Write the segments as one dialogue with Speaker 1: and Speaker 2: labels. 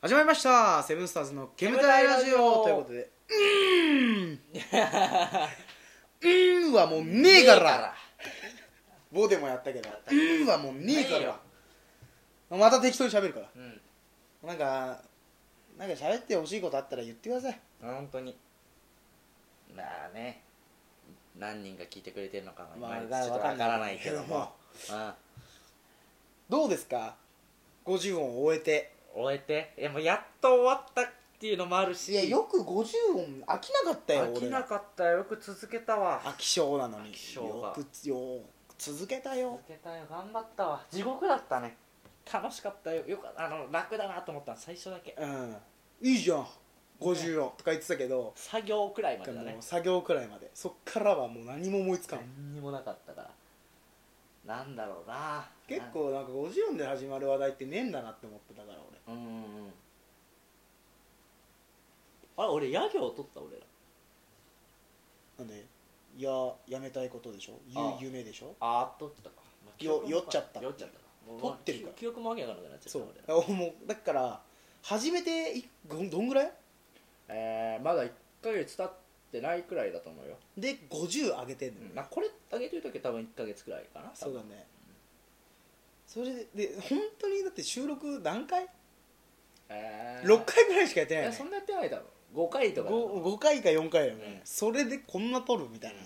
Speaker 1: 始まりましたセブンスターズの煙たいラジオということでうーん はもうねえから棒でもやったけどうーんはもうねえか
Speaker 2: ねえ
Speaker 1: らまた適当に喋るから
Speaker 2: うん
Speaker 1: なんかなんか喋ってほしいことあったら言ってください
Speaker 2: 本当にまあね何人が聞いてくれてるのかはい
Speaker 1: まあ
Speaker 2: まいちちょっとわからないけどもうん
Speaker 1: どうですか50音を終えて
Speaker 2: 終えていやもうやっと終わったっていうのもあるし
Speaker 1: いやよく50音飽きなかったよ
Speaker 2: 飽き
Speaker 1: 俺
Speaker 2: な
Speaker 1: ら
Speaker 2: かったよよく続けたわ
Speaker 1: 飽き性なのに
Speaker 2: 飽き性が
Speaker 1: よくよ続けたよ
Speaker 2: 続けたよ頑張ったわ地獄だったね楽しかったよよかあの楽だなと思ったの最初だけ
Speaker 1: うんいいじゃん50音とか言ってたけど
Speaker 2: 作業くらいまでだ
Speaker 1: も
Speaker 2: ね
Speaker 1: う作業くらいまでそっからはもう何も思いつかん
Speaker 2: 何にもなかったからなんだろうな
Speaker 1: 結構なんか50音で始まる話題ってねえんだなって思ってたから俺
Speaker 2: うんうんうんあれ俺や行取った俺ら
Speaker 1: なんでいややめたいことでしょゆ
Speaker 2: ああ
Speaker 1: 夢でしょ
Speaker 2: あー取ったか、まあ
Speaker 1: よ
Speaker 2: 記憶も
Speaker 1: 酔っちゃった
Speaker 2: 酔っちゃったかもう
Speaker 1: 取ってるから
Speaker 2: 記記憶もわけわからなくなっちゃった
Speaker 1: そう
Speaker 2: 俺ら
Speaker 1: だからもうだから始めていどんどんぐらい
Speaker 2: えー、まだ1ヶ月経ってないくらいだと思うよ、
Speaker 1: で50上げてんのよ、
Speaker 2: まあ、これ上げてる時は多分1ヶ月くらいかな
Speaker 1: そうだねそれでで本当にだって収録何回
Speaker 2: えー、
Speaker 1: 6回ぐらいしかやってない
Speaker 2: い
Speaker 1: よ
Speaker 2: や
Speaker 1: ね
Speaker 2: そんなやってないだろ5回とかだろ
Speaker 1: 5, 回か4回だよね、
Speaker 2: うん
Speaker 1: それでこんな撮るみたいな、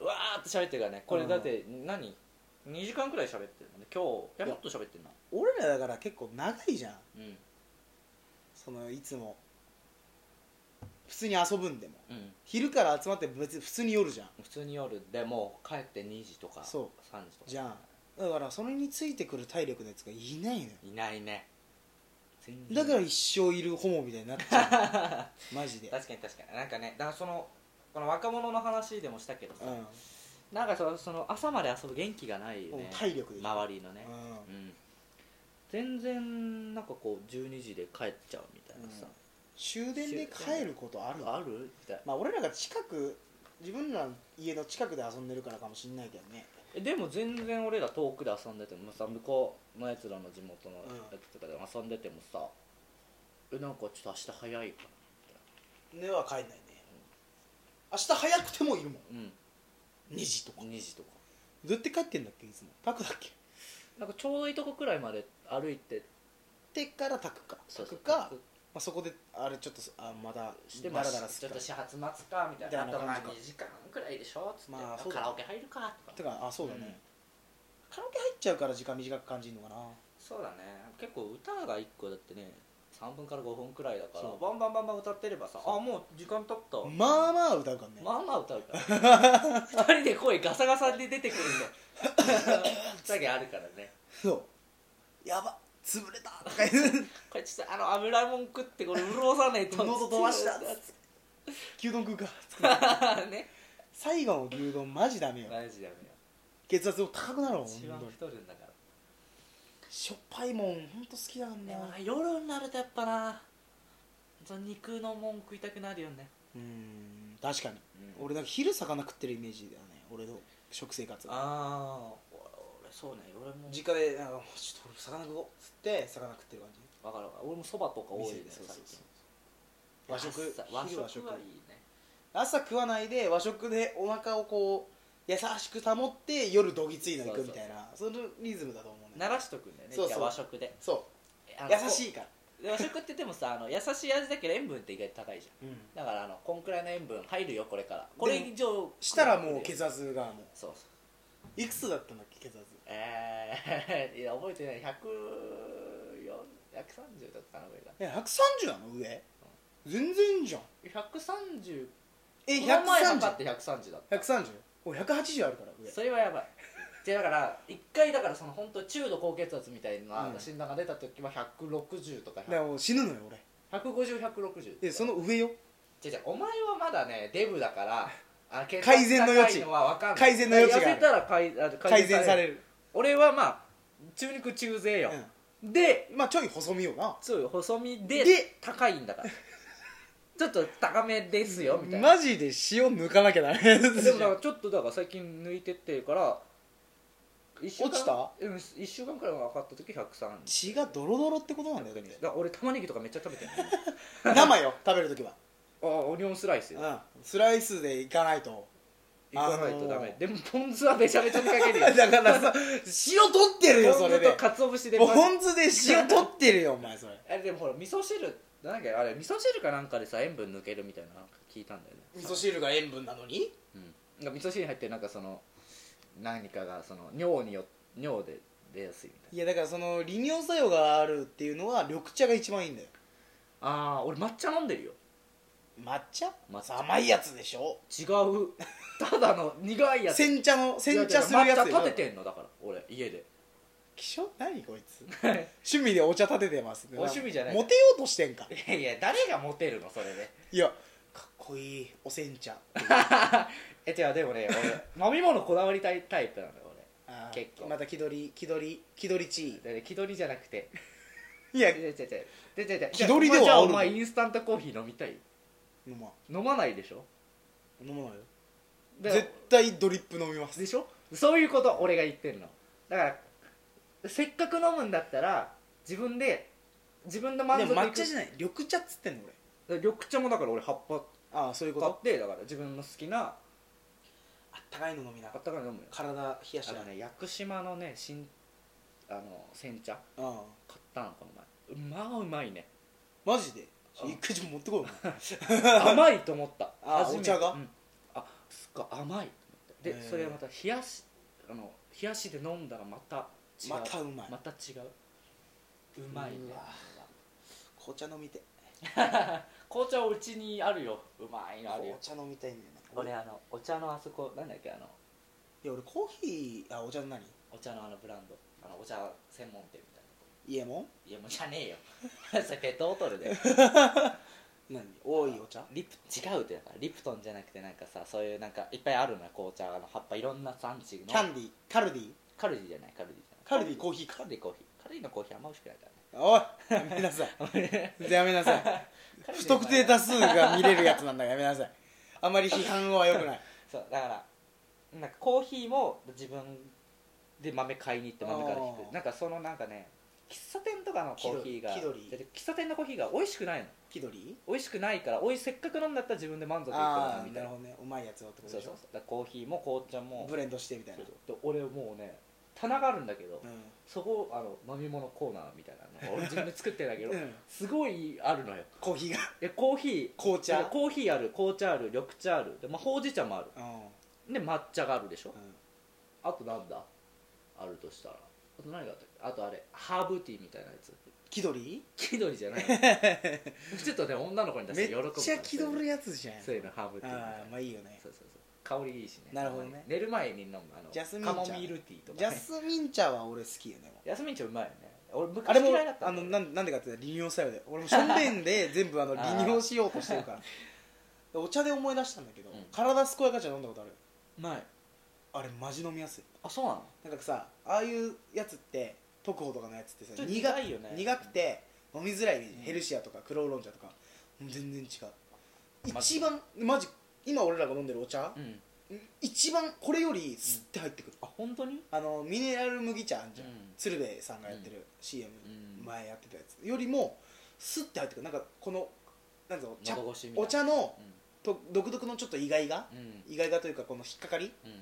Speaker 2: うわーって喋ってるからねこれだって何2時間くらい喋ってるもんね今日いやもっと喋ってるな
Speaker 1: 俺らだから結構長いじゃん
Speaker 2: うん
Speaker 1: そのいつも普通に遊ぶんでも
Speaker 2: うん
Speaker 1: 昼から集まって別に普通に夜じゃん
Speaker 2: 普通に夜でもう帰って2時とか
Speaker 1: そう
Speaker 2: 3時とか
Speaker 1: じゃんだからそれについてくる体力のやつがいないのよ
Speaker 2: いないね全然
Speaker 1: だから一生いるホモみたいになっち ゃ うマジで
Speaker 2: 確かに確かになんかねだからそのこの若者の話でもしたけどさ、
Speaker 1: うん
Speaker 2: なんかそのその朝まで遊ぶ元気がないよ
Speaker 1: もう
Speaker 2: ね
Speaker 1: 体力でしょ
Speaker 2: 周りのね、
Speaker 1: う
Speaker 2: うん全然なんかこう12時で帰っちゃうみたいなさ、
Speaker 1: 終電で帰ることある
Speaker 2: あるみたいな
Speaker 1: まあ俺らが近く自分らの家の近くで遊んでるからかもしんないけどね
Speaker 2: えでも全然俺ら遠くで遊んでてもさ向こうのやつらの地元の
Speaker 1: うん
Speaker 2: やつとかで遊んでてもさ、えなんかちょっと明日早いか
Speaker 1: では帰んないね明日早くてもいるも
Speaker 2: なうん
Speaker 1: ん2時とか
Speaker 2: 2時とか
Speaker 1: どうやって帰ってんだっけいつもタクだっけ
Speaker 2: なんかちょうどいいとこくらいまで歩いて
Speaker 1: てからタクか
Speaker 2: そうそう
Speaker 1: タクかまあ、そこであれちょっとあまだ
Speaker 2: して
Speaker 1: ダ
Speaker 2: ま
Speaker 1: ラ
Speaker 2: す
Speaker 1: ダラす
Speaker 2: ちょ
Speaker 1: るか
Speaker 2: っと始発待つかみたいなあ
Speaker 1: みたいな
Speaker 2: とまあ
Speaker 1: 感じか
Speaker 2: 2時間くらいでしょつって、
Speaker 1: まあそうだ
Speaker 2: カラオケ入るかとか
Speaker 1: てかあそうだね、
Speaker 2: うん
Speaker 1: カラオケ入っちゃうから時間短く感じるのかな
Speaker 2: そうだね結構歌が1個だってね3分から5分くらいだから
Speaker 1: そう
Speaker 2: バンバンバンバン歌ってればさあもう時間経ったわ
Speaker 1: まあまあ歌うからね、
Speaker 2: まあまあ歌う から2人で声ガサガサで出てくるんだ よだけあるからね
Speaker 1: そうやば潰れた とか言う
Speaker 2: これちょっとあの油もん食ってこれ潤さないと
Speaker 1: 喉飛ば した
Speaker 2: つっ
Speaker 1: 牛丼食うか
Speaker 2: てね
Speaker 1: 最後の牛丼マジダメよ
Speaker 2: マジだよ
Speaker 1: 血圧も高くなるもん
Speaker 2: 一番
Speaker 1: ほんとに
Speaker 2: 太るんだから
Speaker 1: しょっぱいもんほんと好きだもん
Speaker 2: で
Speaker 1: な、
Speaker 2: もな夜になるとやっぱなその肉のもん食いたくなるよね、
Speaker 1: うーん確かに
Speaker 2: 俺
Speaker 1: 俺なんか昼魚食ってるイメージだよね俺の食生活は
Speaker 2: ああ俺そうね俺も
Speaker 1: 実家でなんかもうちょっと俺魚食おうっつって魚食ってる感じ
Speaker 2: わかるわかる俺もそばとか多いね
Speaker 1: そうそうそう和
Speaker 2: 最
Speaker 1: 食
Speaker 2: 近朝和
Speaker 1: 昼
Speaker 2: 食
Speaker 1: 和食
Speaker 2: はいいね
Speaker 1: 朝食わないで和食でお腹をこう優しく保って夜どぎついの行くみたいなそのリズムだと思うね
Speaker 2: 慣らしとくんだよね
Speaker 1: そうそう
Speaker 2: 一回和食で
Speaker 1: そ
Speaker 2: あ
Speaker 1: う
Speaker 2: の
Speaker 1: 優しいから
Speaker 2: こう和食って言ってもさあの優しい味だけど塩分って意外と高いじゃ
Speaker 1: うん
Speaker 2: んだからあのこんくらいの塩分入るよこれからこれ以上
Speaker 1: したらもう
Speaker 2: そう
Speaker 1: 血圧がも
Speaker 2: そう
Speaker 1: ういくつだったんだっけ血圧
Speaker 2: えー、いや覚えてない100130だったの上が
Speaker 1: え130なの上全然じゃん
Speaker 2: 130
Speaker 1: え
Speaker 2: この前測っ
Speaker 1: 130?130
Speaker 2: て130だっ
Speaker 1: お180あるから上
Speaker 2: たそれはやばいでだから一回だからその本当中度高血圧みたいな
Speaker 1: うん
Speaker 2: 診断が出た時は160とか
Speaker 1: だからもう死ぬのよ俺
Speaker 2: 150160
Speaker 1: えその上よ
Speaker 2: 違う違うお前はまだねデブだからあ血圧
Speaker 1: 改善の余地
Speaker 2: 高いは分かんない
Speaker 1: 改善の余地がある
Speaker 2: 痩せたら改あ
Speaker 1: 改善され
Speaker 2: る
Speaker 1: る
Speaker 2: 俺はまあ中肉中背よ、で
Speaker 1: うんまあちょい細身よな
Speaker 2: そう細身で
Speaker 1: で
Speaker 2: 高いんだからちょっと高めですよみたいな
Speaker 1: マジで塩抜かなきゃダメ
Speaker 2: でもなんかちょっとだから最近抜いてってるから一週間
Speaker 1: 落ちた
Speaker 2: うん1週間くらい分かった時103
Speaker 1: 血がドロドロってことなんだよだっ
Speaker 2: だか
Speaker 1: て
Speaker 2: ら俺玉ねぎとかめっちゃ食べてる
Speaker 1: 生よ食べるときは、
Speaker 2: ああオニオンスライスよ
Speaker 1: うん、スライスでいかないと
Speaker 2: いかないとダ
Speaker 1: あの
Speaker 2: メ、
Speaker 1: ー
Speaker 2: でもポン酢はべちゃべちゃにかけ るよ
Speaker 1: だからさ塩取ってるよそ
Speaker 2: ポン
Speaker 1: れ
Speaker 2: 酢
Speaker 1: で
Speaker 2: と鰹節で
Speaker 1: もう
Speaker 2: ま
Speaker 1: ポン酢で塩取ってるよお前それ
Speaker 2: あれでもほら味噌汁なんだっけあれ味噌汁かなんかでさ塩分抜けるみたいななんか聞いたんだよね
Speaker 1: 味噌汁が塩分なのに
Speaker 2: うん、なんか味噌汁に入ってるなんかその何かがその尿によ尿で出やすいみたい
Speaker 1: いやだからその利尿作用があるっていうのは緑茶が一番いいんだよ
Speaker 2: なああ俺抹茶飲んでるよ
Speaker 1: 抹茶
Speaker 2: 抹茶
Speaker 1: 甘いやつでしょ
Speaker 2: 違うただの苦いやつ
Speaker 1: 煎茶の煎茶する
Speaker 2: 違う違う
Speaker 1: やつ
Speaker 2: 抹
Speaker 1: で
Speaker 2: 茶
Speaker 1: しょ
Speaker 2: 立ててんのだから俺家で
Speaker 1: 気性何こいつ趣味でお茶立ててます
Speaker 2: お趣味じゃない
Speaker 1: モテようとしてんか
Speaker 2: いやいや誰がモテるのそれで
Speaker 1: いやかっこいいお煎茶
Speaker 2: え違うでもね俺飲み物こだわりたいタイプなのよ
Speaker 1: あー
Speaker 2: 結構
Speaker 1: また気取り気取り気取りチ
Speaker 2: 俺で気取りじゃなくて
Speaker 1: ーいや
Speaker 2: でででででで
Speaker 1: 気取りでは
Speaker 2: じゃあ
Speaker 1: ある
Speaker 2: お
Speaker 1: の
Speaker 2: 前インスタントコーヒー飲みたい
Speaker 1: 飲ま
Speaker 2: 飲まないでしょ
Speaker 1: 飲まないよ
Speaker 2: で
Speaker 1: 絶対ドリップ飲みます
Speaker 2: でしょそういうこと俺が言ってんのだからせっかく飲むんだったら自分で自分の満
Speaker 1: で
Speaker 2: 足
Speaker 1: も
Speaker 2: いく
Speaker 1: 抹茶じゃない緑茶っつってんの俺
Speaker 2: 緑茶もだから俺葉っぱ
Speaker 1: ああそういうこ
Speaker 2: 買っ
Speaker 1: と
Speaker 2: てだから自分の好きな
Speaker 1: あったかいの飲みな
Speaker 2: あったかいの飲むよ
Speaker 1: 体冷やし
Speaker 2: あ
Speaker 1: た
Speaker 2: のね屋久島のね新あの煎茶
Speaker 1: うん
Speaker 2: 買ったのこの前まあう まいね
Speaker 1: マジで
Speaker 2: うん
Speaker 1: 一回ちょっと持ってこいお前
Speaker 2: 甘いと思った
Speaker 1: あ
Speaker 2: 初めて
Speaker 1: お茶が
Speaker 2: うんあすっごい甘いと思って
Speaker 1: へ
Speaker 2: で
Speaker 1: ー
Speaker 2: それがまた冷やしあの冷やしで飲んだらまた違う
Speaker 1: またうまい
Speaker 2: また違ううまいね
Speaker 1: うわ紅茶飲みて
Speaker 2: 紅茶おうちにあるようまいのある
Speaker 1: 紅
Speaker 2: よ
Speaker 1: 茶飲みたいんだよね
Speaker 2: 俺あのお茶のあそこなんだっけあの
Speaker 1: いや俺コーヒーあお茶の何
Speaker 2: お茶のあのブランドあのお茶専門店みたい
Speaker 1: 家も
Speaker 2: ないやもうじゃねえよ それペットボトルで
Speaker 1: 何多いお茶
Speaker 2: リプ違うってだからリプトンじゃなくてなんかさそういうなんかいっぱいあるな紅茶の葉っぱいろんな産地の
Speaker 1: キャンディーカルディ
Speaker 2: カルディじゃないカルディじゃない
Speaker 1: カルディコーヒーか
Speaker 2: カルディコーヒーカルディのコーヒーあんま美味しくないから
Speaker 1: おい
Speaker 2: ね
Speaker 1: やめ なさいやめなさい不特定多数が見れるやつなんだからやめなさいあまり批判はよくない
Speaker 2: そうだからなんかコーヒーも自分で豆買いに行って豆から引
Speaker 1: あ
Speaker 2: く
Speaker 1: ー
Speaker 2: なんかそのなんかね喫茶店とかのコーヒーが
Speaker 1: 気取り気取
Speaker 2: で喫茶店のコーヒーが美味しくないの
Speaker 1: 気取り
Speaker 2: 美味しくないからおいせっかく飲んだったら自分で満足いく
Speaker 1: あ
Speaker 2: な
Speaker 1: あ
Speaker 2: み
Speaker 1: な
Speaker 2: た
Speaker 1: いる
Speaker 2: な
Speaker 1: ほどねうまいやつをってこと
Speaker 2: そう
Speaker 1: で
Speaker 2: そう
Speaker 1: し
Speaker 2: そう
Speaker 1: ょ
Speaker 2: だからコーヒーも紅茶も
Speaker 1: ブレンドしてみたい
Speaker 2: そ
Speaker 1: な
Speaker 2: うそうで俺もうね棚があるんだけど、
Speaker 1: う
Speaker 2: そこあの飲み物コーナーみたいなの俺自分で作ってんだけど、
Speaker 1: んうん
Speaker 2: すごいあるのよ
Speaker 1: コーヒーが
Speaker 2: でコーヒー
Speaker 1: 紅茶
Speaker 2: コーヒーある紅茶ある緑茶あるで、まあ、ほうじ茶もある
Speaker 1: うん
Speaker 2: で抹茶があるでしょ
Speaker 1: うん
Speaker 2: あとなんだあるとしたらあと何があったっけあとあれハーブティーみたいなやつ
Speaker 1: 気取り
Speaker 2: 気取りじ ゃないちょっとね女の子に出し
Speaker 1: め
Speaker 2: て
Speaker 1: っ
Speaker 2: 喜ぶから
Speaker 1: ちゃ気取るやつじゃん
Speaker 2: そういうのハーブティーみたい
Speaker 1: あ
Speaker 2: な
Speaker 1: あまあいいよね
Speaker 2: そうそうそう香りいいしね
Speaker 1: なるほどね
Speaker 2: 寝る前に飲むあの
Speaker 1: ジャスミン
Speaker 2: カ
Speaker 1: 茶
Speaker 2: モミールティーとか、
Speaker 1: ジャ
Speaker 2: ね、
Speaker 1: スミン茶は俺好きよね
Speaker 2: ジャスミン茶うまいよね俺
Speaker 1: あ
Speaker 2: 昔
Speaker 1: れも
Speaker 2: 嫌いだった
Speaker 1: あ
Speaker 2: んだ
Speaker 1: の
Speaker 2: よ
Speaker 1: なんなんでかって言ったら利尿作用で俺もしょんべんで全 部あの利尿しようとしてるからで お茶で思い出したんだけど、
Speaker 2: うん
Speaker 1: 体健やか茶飲んだことある
Speaker 2: うまい
Speaker 1: あれマジ飲みやすい
Speaker 2: あそうなの
Speaker 1: なんかさああいうやつって特保とかのやつってさ
Speaker 2: ちょっと
Speaker 1: 苦
Speaker 2: 苦いよね
Speaker 1: 苦くて飲みづらいイメージ
Speaker 2: うん
Speaker 1: ヘルシアとかクロウロン茶とか全然違う
Speaker 2: マジ
Speaker 1: 一番マジ今俺らが飲んでるお茶
Speaker 2: う、ん
Speaker 1: 一番これよりスッて入ってくる、
Speaker 2: あ本当に
Speaker 1: あのミネラル麦茶あんじゃん、
Speaker 2: うん
Speaker 1: 鶴瓶さんがやってる CM、
Speaker 2: うん
Speaker 1: 前やってたやつよりもスッて入ってくるなんかこのなんつうの茶
Speaker 2: 喉越しみた
Speaker 1: お
Speaker 2: いな
Speaker 1: 茶のと独特のちょっと意外が
Speaker 2: うんうん
Speaker 1: 意外がというかこの引っかかり
Speaker 2: うん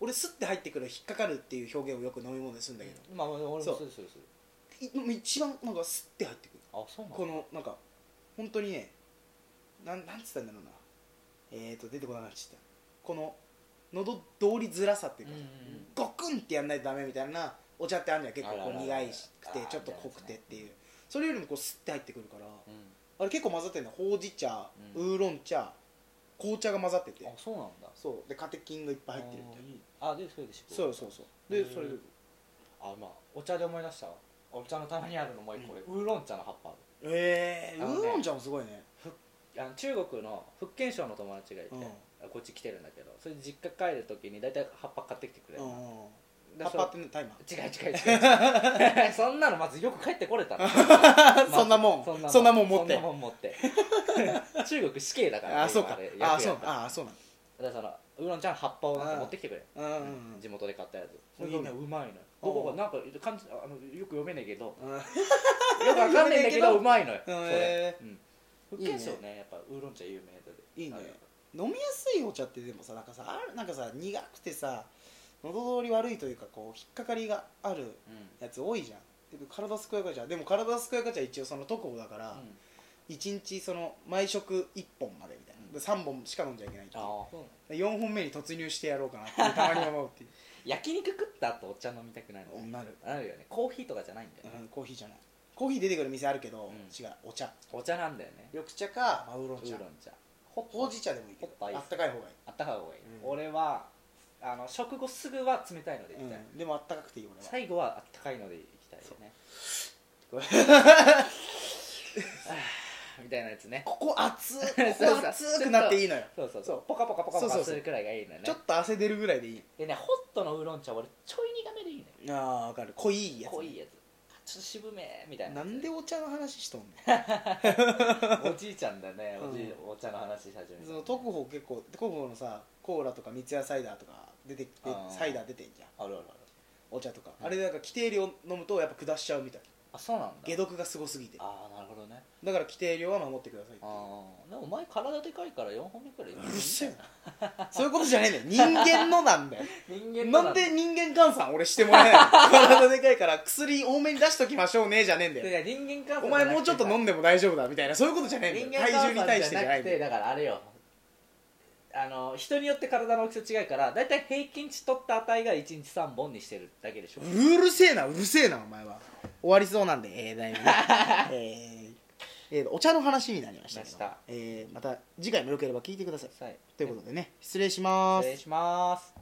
Speaker 1: 俺スッて入ってくる引っかかるっていう表現をよく飲み物にするんだけど、
Speaker 2: まあ俺もす
Speaker 1: そう
Speaker 2: るするする
Speaker 1: い一番なんかスッて入ってくる
Speaker 2: あそうなの
Speaker 1: このなんか本当にねなんなんつったんだろうなえーと出てこなかったちょっとこの喉通りづらさっていうか、
Speaker 2: うんうんうん
Speaker 1: ゴクンってやんないとダメみたいなお茶ってあるんじゃん結構
Speaker 2: あ
Speaker 1: こ
Speaker 2: らら
Speaker 1: う
Speaker 2: ら
Speaker 1: 苦いしくて
Speaker 2: あー
Speaker 1: ちょっと
Speaker 2: みたいなやつ
Speaker 1: 濃
Speaker 2: ね
Speaker 1: くてっていうそれよりもこうスッて入ってくるから
Speaker 2: う
Speaker 1: あれ結構混ざってるのほうじ茶、
Speaker 2: う
Speaker 1: ウーロン茶紅茶が混ざってて
Speaker 2: んあそうなんだ
Speaker 1: そうでカテキンがいっぱい入ってるみたいな
Speaker 2: あーいいあでそれでしょ
Speaker 1: そうそうそうで
Speaker 2: うん
Speaker 1: それで
Speaker 2: あまあお茶で思い出したわお茶のたまにあるのもう一個、ウーロン茶の葉っぱある
Speaker 1: えー、
Speaker 2: あの
Speaker 1: ウ
Speaker 2: ね
Speaker 1: ーロン茶もすごいね
Speaker 2: あの中国の福建省の友達がいて、
Speaker 1: うん
Speaker 2: こっち来てるんだけどそれで実家帰る時に大体葉っぱ買ってきてくれ
Speaker 1: う
Speaker 2: る
Speaker 1: んう
Speaker 2: の、
Speaker 1: んうん
Speaker 2: で
Speaker 1: 葉っ
Speaker 2: そ
Speaker 1: ぱってねタイマー
Speaker 2: 違う違う違う そんなのまずよく帰ってこれた のま
Speaker 1: そんなもん
Speaker 2: ず
Speaker 1: そんなもん持って
Speaker 2: そんなもん持って 中国死刑だから
Speaker 1: あそうか
Speaker 2: 今れ
Speaker 1: あ
Speaker 2: 役
Speaker 1: そう
Speaker 2: やったら
Speaker 1: あそうなん
Speaker 2: だからそのウーロン茶の葉っぱをなんか持ってきてくれ
Speaker 1: うんうん
Speaker 2: 地元で買ったやつ
Speaker 1: うん
Speaker 2: いいねうまいのよ
Speaker 1: おう
Speaker 2: ここがなんか漢字あのよく読めねえけどよ
Speaker 1: うんうん
Speaker 2: くわかんねえんだけどうまいのよそ
Speaker 1: うん
Speaker 2: れ
Speaker 1: へ
Speaker 2: うん
Speaker 1: いい
Speaker 2: 福
Speaker 1: ね
Speaker 2: 建省ねやっぱウーロン茶有名だで
Speaker 1: いいね飲みやすいお茶ってでもさなんかさあるなんかさ苦くてさ喉通り悪いというかこう引っかかりがある
Speaker 2: うん
Speaker 1: やつ多いじゃんで体健やかじゃんでも体健やかじゃ一応その特保だから、
Speaker 2: うん
Speaker 1: 一日その毎食1本までみたいな、
Speaker 2: うん
Speaker 1: で3本しか飲んじゃいけないっていう
Speaker 2: ああそう
Speaker 1: で
Speaker 2: なの
Speaker 1: 4本目に突入してやろうかなってたまに思うっ ていう
Speaker 2: 焼肉食った後お茶飲みたくないの
Speaker 1: うんなる、
Speaker 2: なるよねコーヒーとかじゃないんだよね
Speaker 1: うん、コーヒーじゃないコーヒー出てくる店あるけど、
Speaker 2: うん
Speaker 1: 違うお茶
Speaker 2: お茶なんだよね
Speaker 1: 緑茶か、まあ、ウーロ
Speaker 2: ウ
Speaker 1: ン
Speaker 2: ー
Speaker 1: 茶
Speaker 2: ロン茶ほ
Speaker 1: ほうじ茶でもいいけ
Speaker 2: ホッパーいい
Speaker 1: どあったかい方がいい
Speaker 2: あったかい方がいい
Speaker 1: うん
Speaker 2: 俺はあの食後すぐは冷たいのでいきたい
Speaker 1: うん、でもあったかくていい俺は
Speaker 2: 最後はあったかいのでいきたいよね
Speaker 1: そう
Speaker 2: あー みたいなやつね
Speaker 1: ここ熱っ こ
Speaker 2: そうそう
Speaker 1: こ熱くなっていいのよ
Speaker 2: そうそう
Speaker 1: そ
Speaker 2: そう
Speaker 1: う
Speaker 2: ポカポカポカポ
Speaker 1: そうそ
Speaker 2: カ
Speaker 1: うそう
Speaker 2: するくらいがいいのよ
Speaker 1: ち
Speaker 2: ね
Speaker 1: ょっと汗出るぐらいでいい
Speaker 2: でねホットのウーロン茶俺ちょい苦めでいいのよ
Speaker 1: ああわかる濃いやつ、
Speaker 2: 濃いやつあちょっと渋めみたい
Speaker 1: な
Speaker 2: な
Speaker 1: んでお茶の話しとんねん
Speaker 2: おじいちゃんだねおじいお茶の話し始め た
Speaker 1: その特保結構特保のさコーラとか三ツ矢サイダーとか出てきて
Speaker 2: あー
Speaker 1: サイダー出てんじゃん
Speaker 2: あるあるある
Speaker 1: お茶とか、
Speaker 2: うん
Speaker 1: あれでなんか規定量飲むとやっぱ下しちゃうみたい
Speaker 2: あそうなんだ
Speaker 1: 解毒がすごすぎてだか
Speaker 2: ああなるほどね
Speaker 1: ら規定量は守ってくださいっていう
Speaker 2: ああでもお前体でかいから4本目くらいいいん
Speaker 1: う
Speaker 2: じゃない
Speaker 1: るせえなそういうことじゃねえんだよ人間のなんだよ
Speaker 2: 人間
Speaker 1: なんで人間換算俺してもらえない の体でかいから薬多めに出しときましょうねじゃねえんだ
Speaker 2: い
Speaker 1: よ
Speaker 2: や人間観察
Speaker 1: お前もうちょっと飲
Speaker 2: ん
Speaker 1: んでも大丈夫だみたいなそういうことじゃねえんだ
Speaker 2: 人
Speaker 1: よ
Speaker 2: 間
Speaker 1: 体
Speaker 2: 体
Speaker 1: 重に対してじゃないんだよ
Speaker 2: だからあれよあの人によって体の大きさ違うから大体平均値取った値が1日3本にしてるだけでしょ
Speaker 1: うるせえなうるせえなお前は終わりそうなんでえー、だい ぶねえーえーお茶の話になりましたけど
Speaker 2: なした
Speaker 1: えーまた次回もよければ聞いてください
Speaker 2: はい
Speaker 1: ということでね失礼します
Speaker 2: 失礼します